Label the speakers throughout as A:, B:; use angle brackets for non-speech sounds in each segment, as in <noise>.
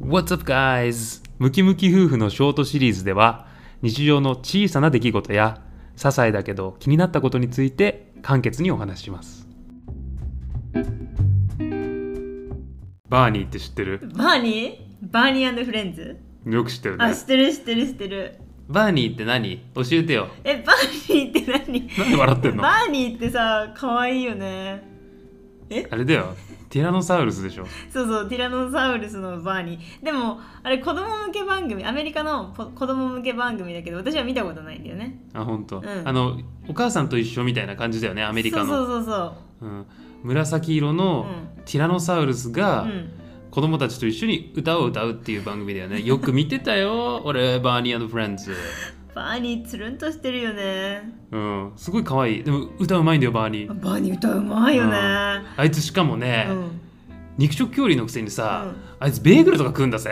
A: What's up, guys?
B: ムキムキ夫婦のショートシリーズでは日常の小さな出来事や些細だけど気になったことについて簡潔にお話ししますバーニーって知ってる
C: バーニーバーニーフレンズ
B: よく知ってる
C: あ、
B: ね
C: 知ってる知ってる知ってる。
A: バーニーって何教えてよ。
C: え、バーニーって何
B: なんで笑ってんの
C: バ
B: あ
C: ーニーってさ、可愛いよね。
B: れだよティラノサウルスでしょ
C: そうそう、ティラノサウルスのバーニー。でも、あれ子供向け番組、アメリカのポ子供向け番組だけど、私は見たことないんだよね。
B: あ本当、
C: ん
B: あのお母さんと一緒みたいな感じだよねア
C: ア
B: メリカの
C: そうそうそうそ
B: う
C: う。
B: ん、紫色
C: う
B: の
C: ん。
B: ティラノサウルス
C: う
B: が
C: ん、
B: 子供たちと一緒に歌を歌うっていう番組だよねよく見てたよ <laughs> 俺バーニーフレンズ
C: バーニーつるんとしてるよね。
B: うん、すごい可愛いでも歌うまいんだよバーニー
C: バーニー歌うまいよね。
B: あいつしかもね、
C: うん。
B: 肉食恐竜のくせにさ、
C: うん
B: あいつベーグルとか食うんだ
C: <laughs>
B: ぜ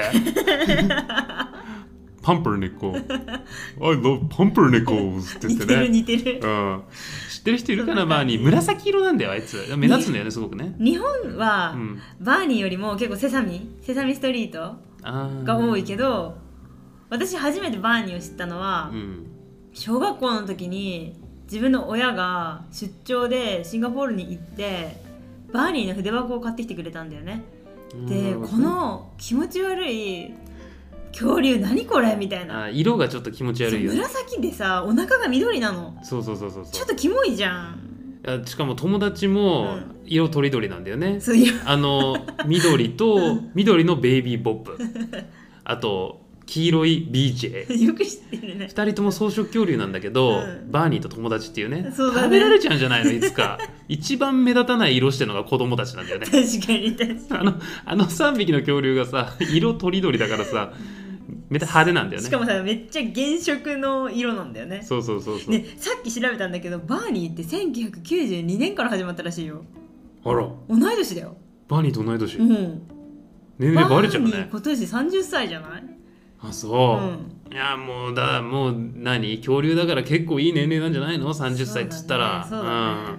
B: パンプルニコ I love パンプルニコズって言
C: 似
B: って
C: て
B: ね
C: る似てる。
B: うん、知ってる人いるかな
C: そん
B: バ
C: な
B: ー
C: 感じ
B: ニー紫色なんだよあいつ目立つんだよねすごくね
C: 日本は、
B: うん
C: バーニーよりも結構セサミセサミストリート
B: あー
C: が多いけど私初めてバーニーを知ったのは
B: うん
C: 小学校の時に自分の親が出張でシンガポールに行ってバーニーの筆箱を買ってきてくれたんだよね。で
B: うん
C: この気持ち悪い恐竜何これみたいな
B: あ色がちょっと気持ち悪いよ
C: そう
B: ね
C: 紫でさお腹が緑なの
B: そうそうそうそう
C: ち
B: そ
C: ょっとキモいじゃん
B: うあしかも友達も
C: うん
B: 色とりどりなんだよね、
C: そういう
B: あの緑と緑のベイビーボップあと黄色い BJ
C: <laughs> よく知ってるね
B: 二人とも草食恐竜なんだけど、
C: うん
B: バーニーと友達っていうね
C: そうだね
B: 食べられちゃうんじゃないのいつか一番目立たない色してるのが子供たちなんだよね
C: 確かに確かに
B: あのあの3匹の恐竜がさ色とりどりだからさめっちゃ派手なんだよね
C: しかもさめっちゃ原色の色なんだよね
B: そうそうそうそう、
C: ねさっき調べたんだけどバーニーって1992年から始まったらしいよ
B: あら
C: 同い年だよ
B: バーニーと同い年、
C: うん
B: 年齢バレちゃう
C: バーニー
B: ね
C: 今年30歳じゃない
B: あそう、い
C: うん
B: やもうだもう何恐竜だから結構いい年齢なんじゃないの30歳っつったら
C: そうだねそうだね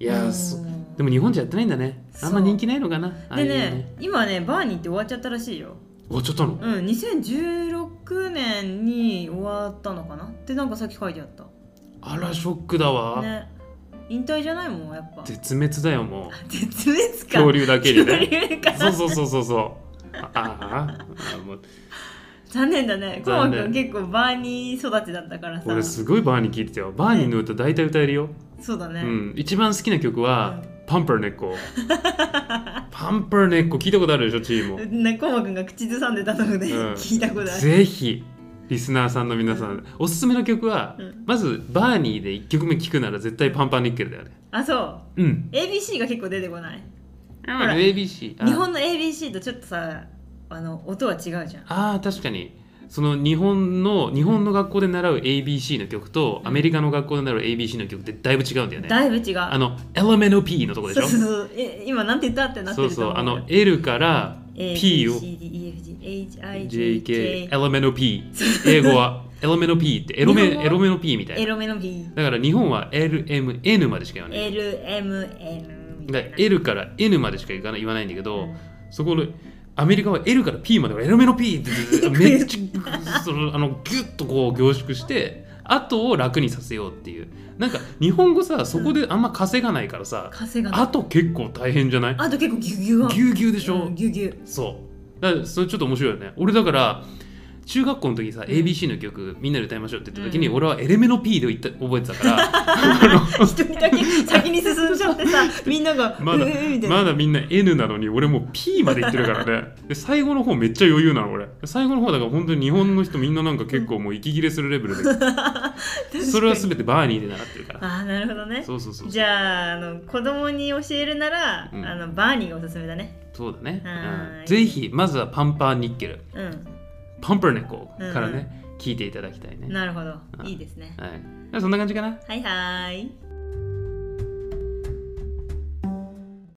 B: うん、いや、
C: うん
B: そでも日本じゃやってないんだねあんま人気ないのかなああい
C: で
B: う
C: ね今ねバーニーって終わっちゃったらしいよ
B: 終わっちゃったの
C: うん2016年に終わったのかなってなんかさっき書いてあった
B: あらショックだわ、
C: ね引退じゃないもんやっぱ
B: 絶滅だよもう
C: 絶滅か
B: 恐竜だけにね
C: 恐竜か
B: そうそうそうそうそうあああもう
C: 残念だねコウ
B: 残
C: マ
B: 念
C: くん結構バーニー育ちだったからさ
B: 俺すごいバーニー聞いてたよバーニーの歌大体歌えるよ、
C: そうだね、
B: うん、一番好きな曲は、
C: う
B: パンパーネッ
C: <laughs>
B: コパンパーネッコ聞いたことあるでしょチーム
C: ね、コウマくんが口ずさんでたので、
B: うん
C: 聞いたことある。
B: ぜひリスナーさんの皆さん、おすすめの曲は、
C: うん
B: まずバーニーで1曲目聴くなら絶対パンパンニッケルだよね
C: あ、そう。
B: うん
C: ABC が結構出てこない。
B: あ
C: ほら
B: ABC あ
C: 日本の ABC とちょっとさ、あの音は違うじゃん。
B: あー確かにその日本の日本の学校で習う ABC の曲と、
C: うん
B: アメリカの学校で習う ABC の曲ってだいぶ違うんだよね
C: だいぶ違う。
B: あの LMNOP のとこでし
C: そ
B: ょ
C: うそうそう。え、今なんて言ったってなって
B: そう
C: ると
B: そ
C: 思
B: う
C: う。
B: あの L から
C: A,
B: P
C: B,
B: を
C: C, D, E, F, G, H, I, J,
B: JK
C: K。
B: LMNOP 英語は LMNOP ってエロメ
C: 日本語は
B: エロメの P みたい
C: エ
B: な
C: ロメの B。
B: だから日本は LMN までしか言わない
C: L, M, N みた
B: だ
C: いな。
B: L から N までしか言わない言わないんだけ
C: う
B: ど、
C: ん
B: そこのアメリカは L から P まではエロメの P って言ってめっち
C: <laughs>
B: ゃそのあのギュッとこう凝縮して後を楽にさせようっていうなんか日本語さそこであんま稼がないからさ、
C: 稼がない。
B: あと結構大変じゃない
C: あと結構ギュギュは。
B: ぎゅうぎゅうでしょ、
C: うんギュギュ。
B: そうだからそれちょっと面白いよね俺だから中学校の時にさ ABC の曲みんなで歌いましょうって言った時に、
C: うん
B: 俺はエレメの P で言った覚えてたから
C: 一人だけ先に進んじゃってさ、みんなが、
B: まだ
C: うーみたいな。
B: まだみんな N なのに俺もう P まで言ってるから
C: <laughs>
B: ねで最後の方めっちゃ余裕なの俺最後の方だから本当に日本の人みんななんか結構もう息切れするレベ
C: <laughs>
B: ルでそれは全てバーニーで習ってるから
C: ああ、なるほどね。
B: そうそうそう
C: じゃああの子供に教えるなら、
B: うん
C: あのバーニーがおすすめだね。
B: そうだね、
C: はーい
B: うんぜひまずはパンパーニッケル
C: うん、
B: パンパーネコからね、聞いていただきたいね
C: なるほど
B: う、ん
C: いいですね。
B: はい、そんな感じかな
C: はいはーい。